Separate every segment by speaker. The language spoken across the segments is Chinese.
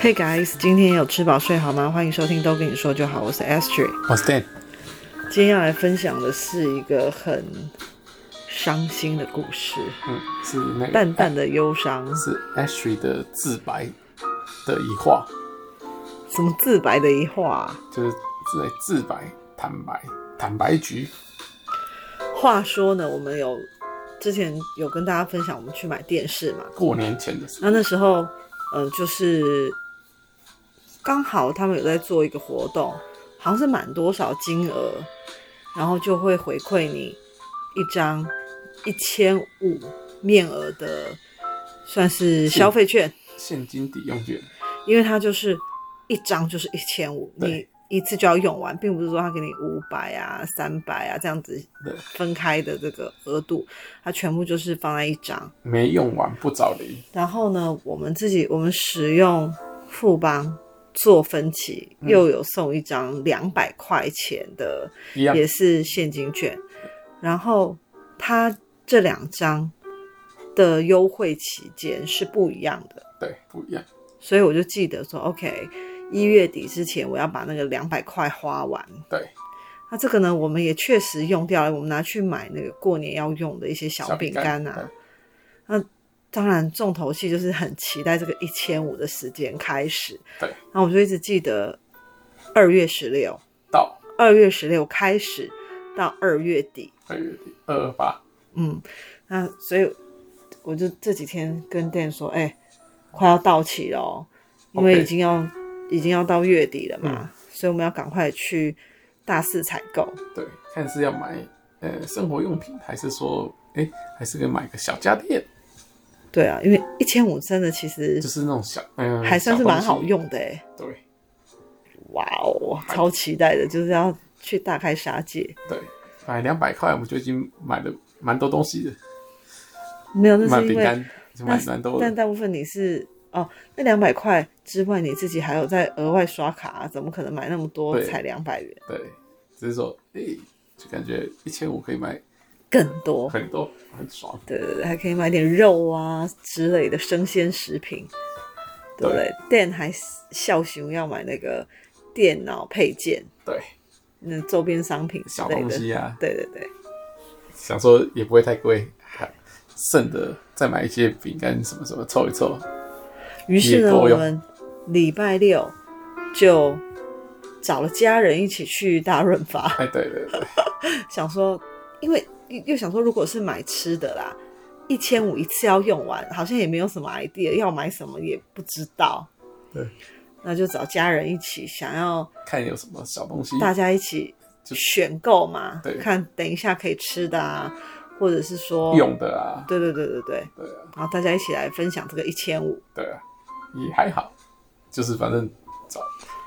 Speaker 1: Hey guys，今天有吃饱睡好吗？欢迎收听《都跟你说就好》，我是 Astrid。
Speaker 2: 我是 Dan，
Speaker 1: 今天要来分享的是一个很伤心的故事，
Speaker 2: 嗯，是那个
Speaker 1: 淡淡的忧伤，
Speaker 2: 是 Ashley 的自白的一话，
Speaker 1: 什么自白的一话啊、
Speaker 2: 就是在自白、坦白、坦白局，
Speaker 1: 话说呢，我们有之前有跟大家分享，我们去买电视嘛，
Speaker 2: 过年前的事，
Speaker 1: 那那时候，嗯、就是刚好他们有在做一个活动，好像是满多少金额，然后就会回馈你一张一千五面额的，算是消费券，
Speaker 2: 现金抵用券，
Speaker 1: 因为它就是一张就是一千五，你
Speaker 2: 对
Speaker 1: 一次就要用完，并不是说他给你五百啊、三百啊这样子
Speaker 2: 对
Speaker 1: 分开的这个额度，它全部就是放在一张。
Speaker 2: 没用完不找零，
Speaker 1: 然后呢，我们自己我们使用富邦做分期，又有送一张两百块钱的，
Speaker 2: 一样
Speaker 1: 也是现金券。然后它这两张的优惠期间是不一样的，
Speaker 2: 对，不一样，
Speaker 1: 所以我就记得说，OK，一月底之前我要把那个两百块花完。
Speaker 2: 对，
Speaker 1: 那这个呢，我们也确实用掉了，我们拿去买那个过年要用的一些小饼干啊。
Speaker 2: 对
Speaker 1: 当然，重头戏就是很期待这个一千五的时间开始。
Speaker 2: 对，
Speaker 1: 然后我就一直记得二月十六，
Speaker 2: 到
Speaker 1: 二月十六开始到二月底，
Speaker 2: 二月底二二八，
Speaker 1: 嗯，那所以我就这几天跟店说，哎、快要到期了哦，因为
Speaker 2: OK 嗯
Speaker 1: 已经要已经要到月底了嘛，所以我们要赶快去大肆采购。
Speaker 2: 对，看是要买呃生活用品，还是说哎、还是可以买个小家电，
Speaker 1: 对啊，因为一千五真的其实
Speaker 2: 就是那种小嗯、
Speaker 1: 还算是
Speaker 2: 小东
Speaker 1: 蛮
Speaker 2: 西
Speaker 1: 好，用的哎、
Speaker 2: 对
Speaker 1: 哇哦，超期待的，就是要去大开杀戒。
Speaker 2: 对，买两百块我们就已经买了蛮多东西的，
Speaker 1: 没有，那
Speaker 2: 买
Speaker 1: 是因
Speaker 2: 饼
Speaker 1: 为
Speaker 2: 干就买蛮多的
Speaker 1: 但。大部分你是哦，那两百块之外，你自己还有在额外刷卡、啊怎么可能买那么多
Speaker 2: 对
Speaker 1: 才两百元？
Speaker 2: 对，只是说，哎、就感觉一千五可以买
Speaker 1: 更多，
Speaker 2: 很多，很爽。
Speaker 1: 对对对，还可以买点肉啊之类的生鲜食品，对不对
Speaker 2: 对
Speaker 1: 店还笑熊要买那个电脑配件、
Speaker 2: 对，
Speaker 1: 那周边商品之
Speaker 2: 小
Speaker 1: 类
Speaker 2: 东
Speaker 1: 的。
Speaker 2: 西啊，
Speaker 1: 对对对，
Speaker 2: 想说也不会太贵，还剩的再买一些饼干什么什么凑一凑。
Speaker 1: 于是
Speaker 2: 也
Speaker 1: 呢，
Speaker 2: 够
Speaker 1: 我
Speaker 2: 用
Speaker 1: 们礼拜六就找了家人一起去大润发。
Speaker 2: 哎，对对对，
Speaker 1: 想说，因为又又想说，如果是买吃的啦，一千五一次要用完，好像也没有什么 idea，要买什么也不知道。
Speaker 2: 对，
Speaker 1: 那就找家人一起，想要
Speaker 2: 看有什么小东西，
Speaker 1: 大家一起
Speaker 2: 就
Speaker 1: 选购嘛，
Speaker 2: 对
Speaker 1: 看等一下可以吃的啊，或者是说，
Speaker 2: 用的啊，
Speaker 1: 对对对对对，
Speaker 2: 对啊，
Speaker 1: 然后大家一起来分享这个一千五，
Speaker 2: 对啊，也还好，就是反正找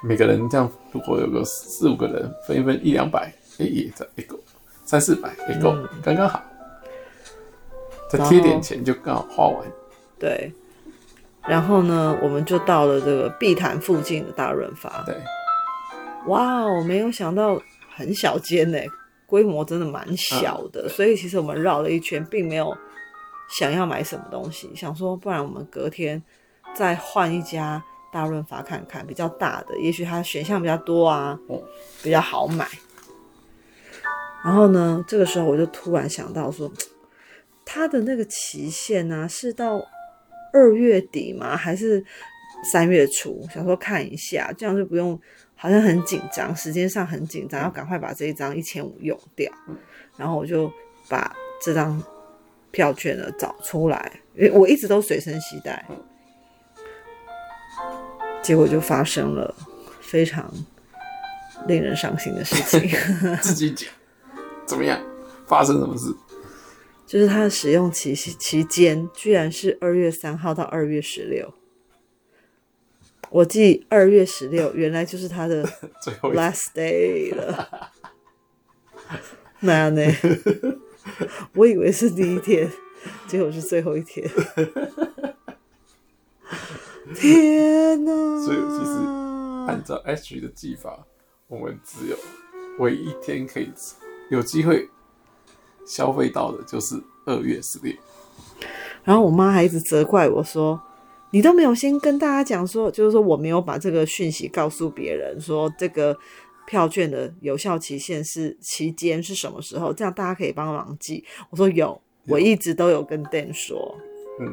Speaker 2: 每个人这样，如果有个四五个人分一分一两百，哎、也这也够，三四百也够，刚刚好。再贴
Speaker 1: 然后
Speaker 2: 点钱就刚好花完。
Speaker 1: 对。然后呢，我们就到了这个碧潭附近的大润发。
Speaker 2: 对，
Speaker 1: 哇哦，没有想到很小间呢，规模真的蛮小的，所以其实我们绕了一圈，并没有想要买什么东西，想说不然我们隔天再换一家大润发看看，比较大的，也许它选项比较多啊
Speaker 2: 嗯，
Speaker 1: 比较好买。然后呢，这个时候我就突然想到说，它的那个期限呢、是到二月底吗？还是三月初？想说看一下，这样就不用，好像很紧张，时间上很紧张，要赶快把这一张一千五用掉。然后我就把这张票券呢找出来，因为我一直都随身携带。结果就发生了非常令人伤心的事情。
Speaker 2: 自己讲，怎么样？发生什么事？
Speaker 1: 就是它的使用期期间居然是二月三号到二月十六。我记二月十六，原来就是它的
Speaker 2: 最后一
Speaker 1: last day 了。 那样呢？我以为是第一天，结果是最后一天。天哪！
Speaker 2: 所以其实按照 H 的技法，我们只有唯一一天可以有机会消费到的，就是二月十六。
Speaker 1: 然后我妈还一直责怪我说：“你都没有先跟大家讲说，就是说我没有把这个讯息告诉别人，说这个票券的有效期限是期间是什么时候，这样大家可以帮忙记。我说有，我一直都有跟 Dan 说，
Speaker 2: 嗯，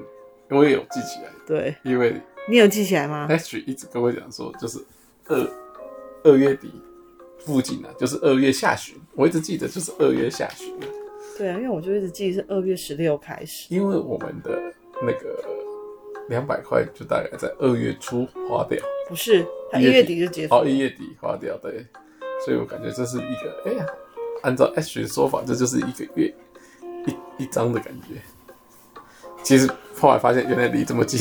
Speaker 2: 我也有记起来，
Speaker 1: 对
Speaker 2: 因为
Speaker 1: 你有记起来吗？
Speaker 2: Ashley 一直跟我讲说，就是二二月底附近啊，就是二月下旬，我一直记得就是二月下旬，
Speaker 1: 对啊，因为我就一直记是二月十六开始。
Speaker 2: 因为我们的那个两百块就大概在二月初花掉，
Speaker 1: 不是，他
Speaker 2: 一
Speaker 1: 一
Speaker 2: 月
Speaker 1: 月
Speaker 2: 底
Speaker 1: 底就结束
Speaker 2: 哦，
Speaker 1: 了。
Speaker 2: 一月底花掉，对，所以我感觉这是一个，哎呀，按照 Ashley 的说法，这就是一个月一一张的感觉。其实后来发现，原来离这么近，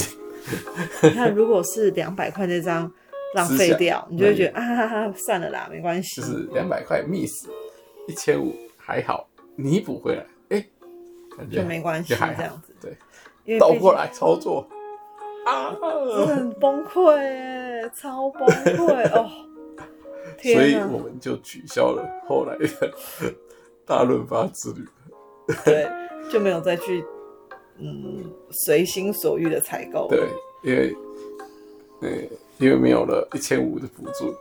Speaker 1: 你看，如果是两百块那张浪费掉，
Speaker 2: 私下
Speaker 1: 你就会觉得啊哈哈，算了啦，没关系
Speaker 2: 就。是两百块 miss，一千五还好弥补回来，哎、感觉
Speaker 1: 就没关系
Speaker 2: 就还好
Speaker 1: 这样子
Speaker 2: 对，
Speaker 1: 因为
Speaker 2: 倒
Speaker 1: 毕
Speaker 2: 过来操作啊，
Speaker 1: 竟真的很崩溃耶，超崩溃哦！
Speaker 2: 所以
Speaker 1: 天
Speaker 2: 我
Speaker 1: 哪，
Speaker 2: 们就取消了后来的大润发之旅。
Speaker 1: 对，就没有再去嗯随心所欲的采购。
Speaker 2: 对，因为，呃，因为没有了一千五的补助，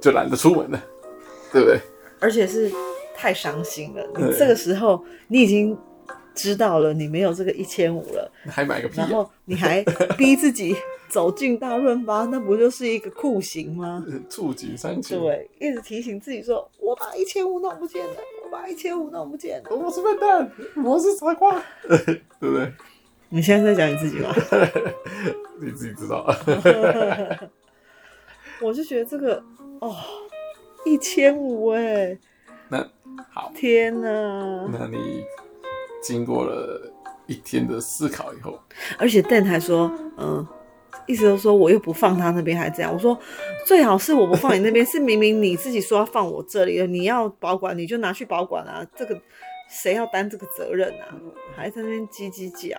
Speaker 2: 就懒得出门了，对不对？
Speaker 1: 而且是太伤心了。你
Speaker 2: 对
Speaker 1: 这个时候你已经知道了，你没有这个一千五了，
Speaker 2: 还买个屁、
Speaker 1: 然
Speaker 2: 啊！
Speaker 1: 后你还逼自己走进大润发，那不就是一个酷刑吗？
Speaker 2: 呃触景伤情，
Speaker 1: 对，一直提醒自己说：“我把一千五弄不见了，我把一千五弄不见了。
Speaker 2: 我是笨蛋，我是傻瓜，对不对？”
Speaker 1: 你现在在讲你自己吗？
Speaker 2: 你自己知道。
Speaker 1: 我就觉得这个哦，一千五哎，
Speaker 2: 那好，
Speaker 1: 天哪！
Speaker 2: 那你经过了一天的思考以后，
Speaker 1: 而且 Dan 还说，嗯、意思就是说我又不放他那边还这样。我说最好是我不放你那边，是明明你自己说要放我这里的，你要保管你就拿去保管啊，这个谁要担这个责任啊？还在那边叽叽叫。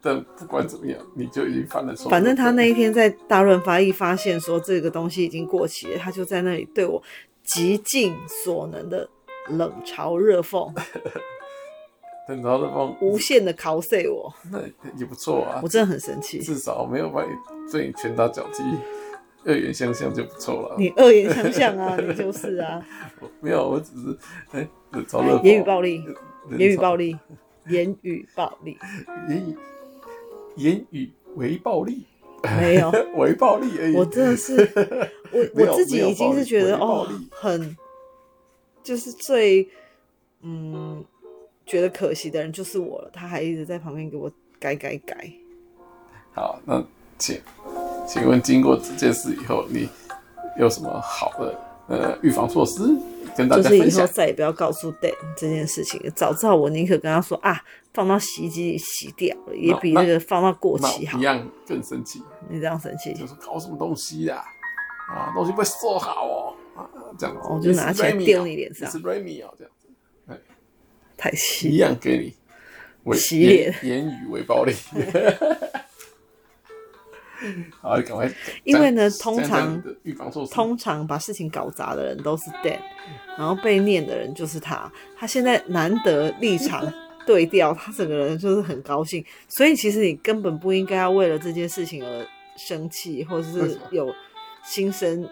Speaker 2: 但不管怎么样，你就已经犯了错。
Speaker 1: 反正他那一天在大润发一发现说这个东西已经过期了，他就在那里对我极尽所能的冷嘲热讽，
Speaker 2: 等到那帮
Speaker 1: 无限的拷碎我，
Speaker 2: 那也不错啊
Speaker 1: 我，真的很生气。
Speaker 2: 至少没有把你对你拳打脚踢，恶言相向就不错了。
Speaker 1: 你恶言相向啊，你就是啊，
Speaker 2: 没有，我只是哎，找热
Speaker 1: 言语暴力，言语暴
Speaker 2: 力，
Speaker 1: 力，言语暴力，
Speaker 2: 言语言语为暴力，
Speaker 1: 没 有，
Speaker 2: 为暴力而已。
Speaker 1: 我真的是， 我
Speaker 2: 没有
Speaker 1: 我自己
Speaker 2: 没有
Speaker 1: 已经
Speaker 2: 暴
Speaker 1: 是
Speaker 2: 力
Speaker 1: 觉得
Speaker 2: 没有暴
Speaker 1: 哦
Speaker 2: 力，
Speaker 1: 很，就是最，嗯，觉得可惜的人就是我了，他还一直在旁边给我改改改。
Speaker 2: 好，那请请问，经过这件事以后，你有什么好的呃预防措施跟大
Speaker 1: 就
Speaker 2: 家
Speaker 1: 是
Speaker 2: 分
Speaker 1: 以后
Speaker 2: 享？
Speaker 1: 再也不要告诉 Dan 这件事情。早知道我宁可跟他说啊，放到洗衣机里洗掉了，也比
Speaker 2: 那
Speaker 1: 那个放到过
Speaker 2: 那
Speaker 1: 期好
Speaker 2: 一。样更生气，
Speaker 1: 你这样生气
Speaker 2: 就，是搞什么东西啦？啊，东西不会做好哦，啊，这样子，
Speaker 1: 哦就拿起来丢你脸上
Speaker 2: 是 Remy 哦，这样子，
Speaker 1: 太
Speaker 2: 一
Speaker 1: 气。
Speaker 2: 样给你为
Speaker 1: 洗脸
Speaker 2: 言言语为暴力。 好，赶快讲。
Speaker 1: 因为呢
Speaker 2: 讲
Speaker 1: 通
Speaker 2: 讲
Speaker 1: 常
Speaker 2: 你的预防措施，
Speaker 1: 通常把事情搞砸的人都是 Dan，然后被念的人就是他。他现在难得立场对调，他整个人就是很高兴。所以其实你根本不应该要为了这件事情而生气，或者
Speaker 2: 为什
Speaker 1: 是
Speaker 2: 么
Speaker 1: 有心生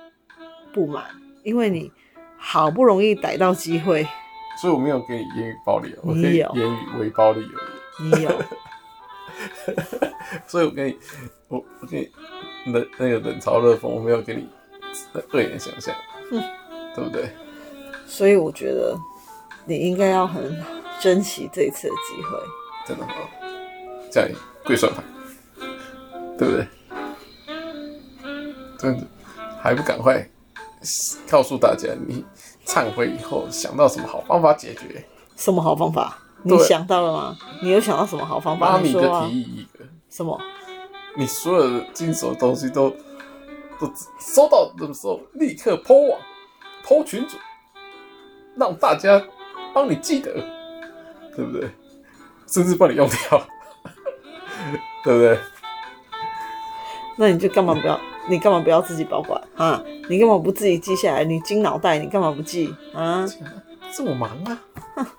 Speaker 1: 不满，因为你好不容易逮到机会，
Speaker 2: 所以我没有给你言语暴力哦，我给你
Speaker 1: 你有
Speaker 2: 言语为暴力而
Speaker 1: 你 有。
Speaker 2: 已。所以我给你，我我给你冷那个冷嘲热讽，我没有给你恶言相向，
Speaker 1: 嗯
Speaker 2: 对不对？
Speaker 1: 所以我觉得你应该要很珍惜这一次的机会。
Speaker 2: 真的很好，叫你跪算盘，对不对？真的还不赶快告诉大家，你忏悔以后想到什么好方法解决？
Speaker 1: 什么好方法？
Speaker 2: 对
Speaker 1: 你想到了吗？你有想到什么好方
Speaker 2: 妈
Speaker 1: 法？
Speaker 2: 咪
Speaker 1: 你
Speaker 2: 的
Speaker 1: 说啊
Speaker 2: 提，议一个，
Speaker 1: 什么？
Speaker 2: 你所有的经手的东西都都收到的时候，立刻抛网、抛群主，让大家帮你记得，对不对？甚至帮你用掉， 对不对？
Speaker 1: 那你就干嘛不要？你干嘛不要自己保管啊？你干嘛不自己记下来？你金脑袋，你干嘛不记啊？
Speaker 2: 这么忙啊？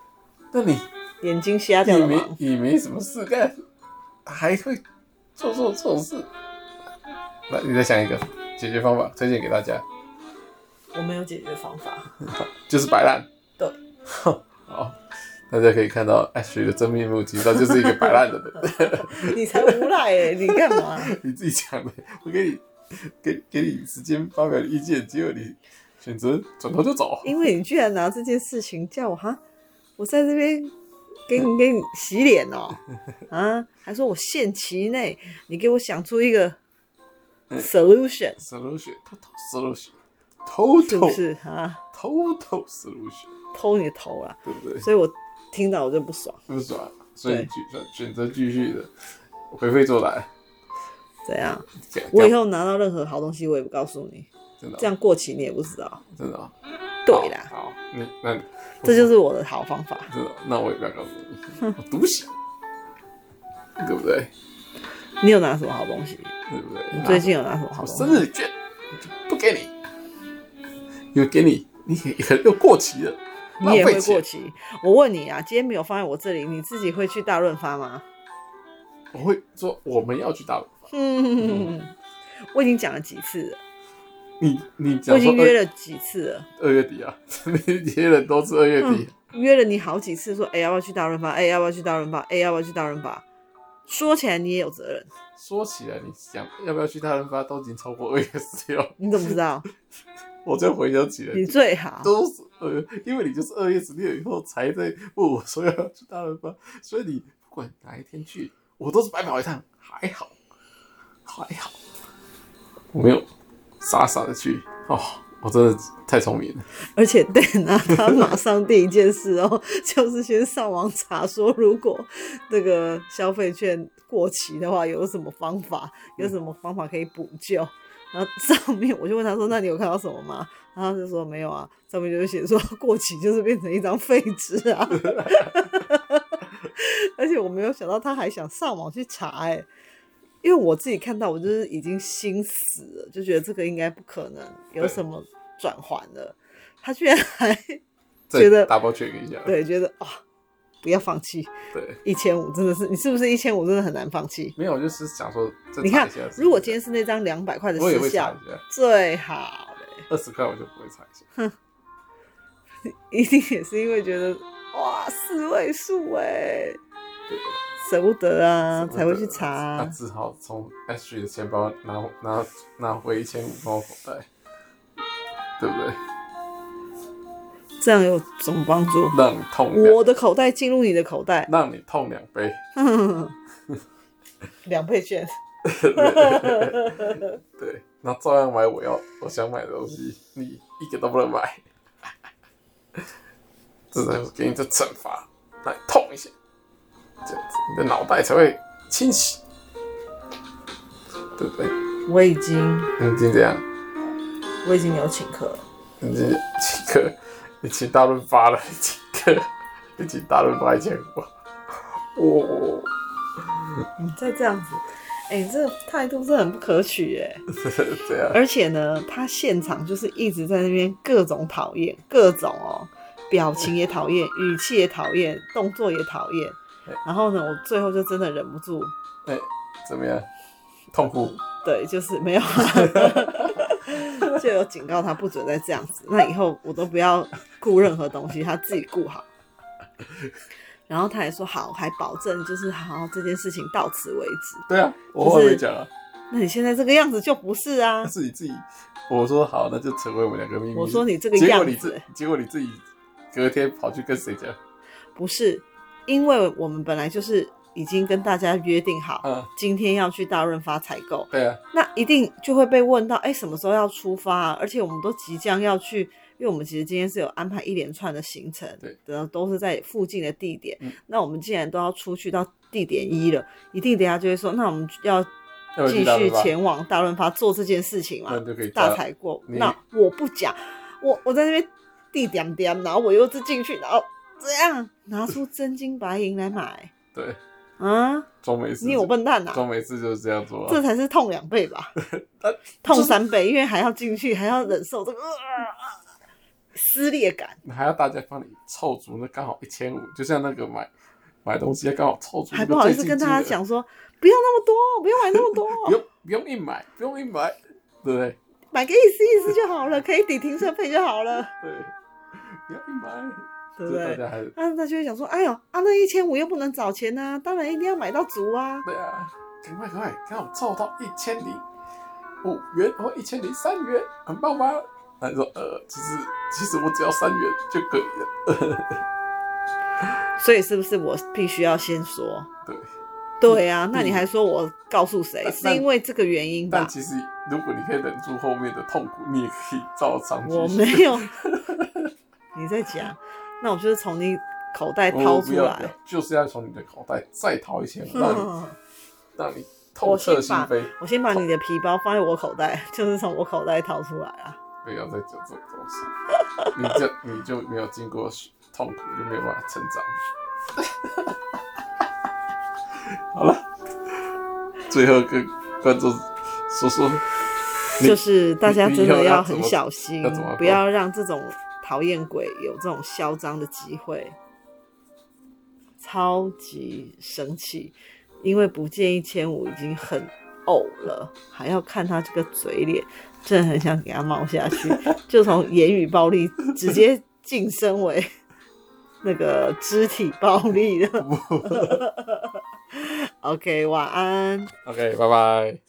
Speaker 2: 那你
Speaker 1: 眼睛瞎掉
Speaker 2: 也
Speaker 1: 了
Speaker 2: 没
Speaker 1: 吗？
Speaker 2: 也没什么事干，还会做做这种事。那你再想一个解决方法，推荐给大家，
Speaker 1: 我没有解决方法。
Speaker 2: 就是摆烂。
Speaker 1: 对，
Speaker 2: 好，大家可以看到 Ashley 的真面目，其实他就是一个摆烂的 人。
Speaker 1: 你才无赖哎、你干嘛？
Speaker 2: 你自己讲的，我给你给给你时间发表意见，结果你选择转头就走。
Speaker 1: 因为你居然拿这件事情叫我哈，我在这边给 你给你洗脸哦，啊，还说我限期内你给我想出一 个 solution，
Speaker 2: solution total
Speaker 1: 是不
Speaker 2: solution，total
Speaker 1: 是啊？
Speaker 2: total solution，
Speaker 1: 偷你的头啊！
Speaker 2: 对不对？
Speaker 1: 所以我听到我就不爽，
Speaker 2: 不爽，所以
Speaker 1: 对
Speaker 2: 举选择继续的回归做来。
Speaker 1: 怎 样？
Speaker 2: 这样
Speaker 1: 我以后拿到任何好东西，我也不告诉你，
Speaker 2: 真的
Speaker 1: 这样过期你也不知道。
Speaker 2: 真的哦
Speaker 1: 对啦，
Speaker 2: 好，好你那你
Speaker 1: 这就是我的好方法。
Speaker 2: 真的，那我也不要告诉你，我独享， 对不对？
Speaker 1: 你有拿什么好东西？
Speaker 2: 对不对？
Speaker 1: 你最近有拿什么好
Speaker 2: 我
Speaker 1: 东
Speaker 2: 生
Speaker 1: 西？
Speaker 2: 日券不给你，有给你，你可能又过期了，
Speaker 1: 你也
Speaker 2: 浪费
Speaker 1: 会
Speaker 2: 钱
Speaker 1: 过期。我问你啊，今天没有放在我这里，你自己会去大润发吗？
Speaker 2: 我会说我们要去大陆，
Speaker 1: 嗯， 我已经讲了几次了，
Speaker 2: 你你
Speaker 1: 我
Speaker 2: 讲
Speaker 1: 已
Speaker 2: 说
Speaker 1: 经约
Speaker 2: 二
Speaker 1: 了几次了，
Speaker 2: 二月底啊， 你约了都是二月底，啊
Speaker 1: 约了你好几次说，哎、要不要去大润发？哎、要不要去大润发？哎、要不要去大润发？说起来你也有责任，
Speaker 2: 说起来，你想要不要去大润发，都已经超过二月十六。
Speaker 1: 你怎么知道？
Speaker 2: 我再回想起来，
Speaker 1: 你最好。
Speaker 2: 都是呃，因为你就是二月十六以后才在问我说要去大润发， 所以你不管哪一天去，我都是白跑一趟，还好，还好，我没有傻傻的去哦，我真的太聪明了，
Speaker 1: 而且 Dan 啊，他马上第一件事哦，就是先上网查说，如果这个消费券过期的话，有什么方法，有什么方法可以补救。然后上面我就问他说：“那你有看到什么吗？”然后他就说：“没有啊。”上面就是写说过期就是变成一张废纸啊。 而且我没有想到他还想上网去查哎、因为我自己看到我就是已经心死了，就觉得这个应该不可能有
Speaker 2: 对
Speaker 1: 什么转环了。他居然还
Speaker 2: 再
Speaker 1: 觉得
Speaker 2: double check 一下，
Speaker 1: 对觉得啊、不要放弃
Speaker 2: 对，
Speaker 1: 一千五，真的是你是不是一千五真的很难放弃？
Speaker 2: 没有，我就是想说再
Speaker 1: 你
Speaker 2: 查
Speaker 1: 看
Speaker 2: 一下，，
Speaker 1: 如果今天是那张两百块的
Speaker 2: 我也
Speaker 1: 时
Speaker 2: 会查
Speaker 1: 效，
Speaker 2: 一下，
Speaker 1: 最好的
Speaker 2: 二十块我就不会查一下，
Speaker 1: 一定也是因为觉得哇四位数哎，
Speaker 2: 对。
Speaker 1: 舍不得啊，才会去查
Speaker 2: 那
Speaker 1: 啊。
Speaker 2: 只好从 H 的钱包拿拿拿回一千五放我口袋，对不对？
Speaker 1: 这样有什么帮助？
Speaker 2: 让你痛两，
Speaker 1: 我的口袋进入你的口袋，
Speaker 2: 让你痛两杯，
Speaker 1: 两倍券。
Speaker 2: 对，那照样买我要我想买的东西，你一个都不能买，这才给你这惩罚，让你痛一下，这样子你的脑袋才会清醒，对不对？
Speaker 1: 我已经
Speaker 2: 你今天怎样？
Speaker 1: 我已经有请客了，
Speaker 2: 你请客，你请大润发了，你请客，你请大润发一千五，我、哦，
Speaker 1: 你再这样子，哎、你这个态度真的很不可取哎、
Speaker 2: 这样
Speaker 1: 而且呢，他现场就是一直在那边各种讨厌，各种哦，表情也讨厌，语气也讨厌，动作也讨厌
Speaker 2: 对。
Speaker 1: 然后呢，我最后就真的忍不住，
Speaker 2: 怎么样？痛苦？
Speaker 1: 对，就是没有啊，就有警告他不准再这样子。那以后我都不要顾任何东西，他自己顾好。然后他还说好，还保证就是好，这件事情到此为止。
Speaker 2: 对啊，我话没讲啊，
Speaker 1: 那你现在这个样子就不是啊
Speaker 2: 但！是你自己，我说好，那就成为我们两个秘密。
Speaker 1: 我说你这个
Speaker 2: 结果
Speaker 1: 样
Speaker 2: 你
Speaker 1: 子
Speaker 2: 自，结果你自己隔天跑去跟谁讲？
Speaker 1: 不是，因为我们本来就是已经跟大家约定好，
Speaker 2: 啊，
Speaker 1: 今天要去大润发采购，
Speaker 2: 对啊，
Speaker 1: 那一定就会被问到，哎，什么时候要出发、啊？而且我们都即将要去，因为我们其实今天是有安排一连串的行程，
Speaker 2: 对，
Speaker 1: 然后都是在附近的地点。
Speaker 2: 嗯
Speaker 1: 那我们既然都要出去到地点一了，一定等一下就会说，那我们要
Speaker 2: 要不
Speaker 1: 继
Speaker 2: 去大
Speaker 1: 续
Speaker 2: 润发
Speaker 1: 前往大润发做这件事情嘛？
Speaker 2: 那你就可以
Speaker 1: 大
Speaker 2: 搭
Speaker 1: 采购。
Speaker 2: 你
Speaker 1: 那我不讲，我我在那边地点点，然后我又是进去，然后这样拿出真金白银来买
Speaker 2: 对，
Speaker 1: 啊？
Speaker 2: 装没事，
Speaker 1: 你有笨蛋呐、啊
Speaker 2: 装没事就是这样做、
Speaker 1: 这
Speaker 2: 啊，
Speaker 1: 才是痛两倍 吧，痛三倍，因为还要进去，还要忍受这个、啊撕裂感，
Speaker 2: 还要大家帮你凑足那刚好一千五，就像那个买买东西要刚好凑足，
Speaker 1: 还不好意思跟大家，讲说，不要那么多，不要买那么多，
Speaker 2: 不用不用硬买，不用硬买，对不对？
Speaker 1: 买给意思意思就好了，可以抵停车费就好 了，
Speaker 2: 对，不要硬买，
Speaker 1: 对不对
Speaker 2: 就？大家还
Speaker 1: 啊，那就会想说，哎呦，啊那一千五又不能找钱呐、当然一定要买到足啊。
Speaker 2: 对啊，赶快赶快，刚好凑到一千零五元或一千零三元，很棒吧？他说呃，其实其实我只要三元就可以了。
Speaker 1: 所以是不是我必须要先说？
Speaker 2: 对，
Speaker 1: 对啊，那
Speaker 2: 嗯
Speaker 1: 你还说我告诉谁？
Speaker 2: 但
Speaker 1: 是因为这个原因
Speaker 2: 但
Speaker 1: 吧？
Speaker 2: 其实如果你可以忍住后面的痛苦，你也可以照常去。
Speaker 1: 我没有， 你在讲，那我就是从你口袋掏
Speaker 2: 我
Speaker 1: 出
Speaker 2: 哦不要
Speaker 1: 来。，
Speaker 2: 就是要从你的口袋再掏一千，让你
Speaker 1: 嗯，
Speaker 2: 让你痛彻心扉。
Speaker 1: 我先把你的皮包放在我口袋，就是从我口袋掏出来啊。
Speaker 2: 不要再讲这种东西，你这你就没有经过痛苦，就没有办法成长。 好了，最后跟观众说说，你
Speaker 1: 就是大家
Speaker 2: 你
Speaker 1: 真
Speaker 2: 以后
Speaker 1: 的
Speaker 2: 要怎
Speaker 1: 很
Speaker 2: 么
Speaker 1: 小心
Speaker 2: 要怎么，
Speaker 1: 不
Speaker 2: 办
Speaker 1: 要让这种讨厌鬼有这种嚣张的机会，超级生气，因为不见一千五已经很呕了，还要看他这个嘴脸，真的很想给他冒下 去，就从言语暴力直接晋升为那个肢体暴力了。OK，晚安。
Speaker 2: OK，拜拜。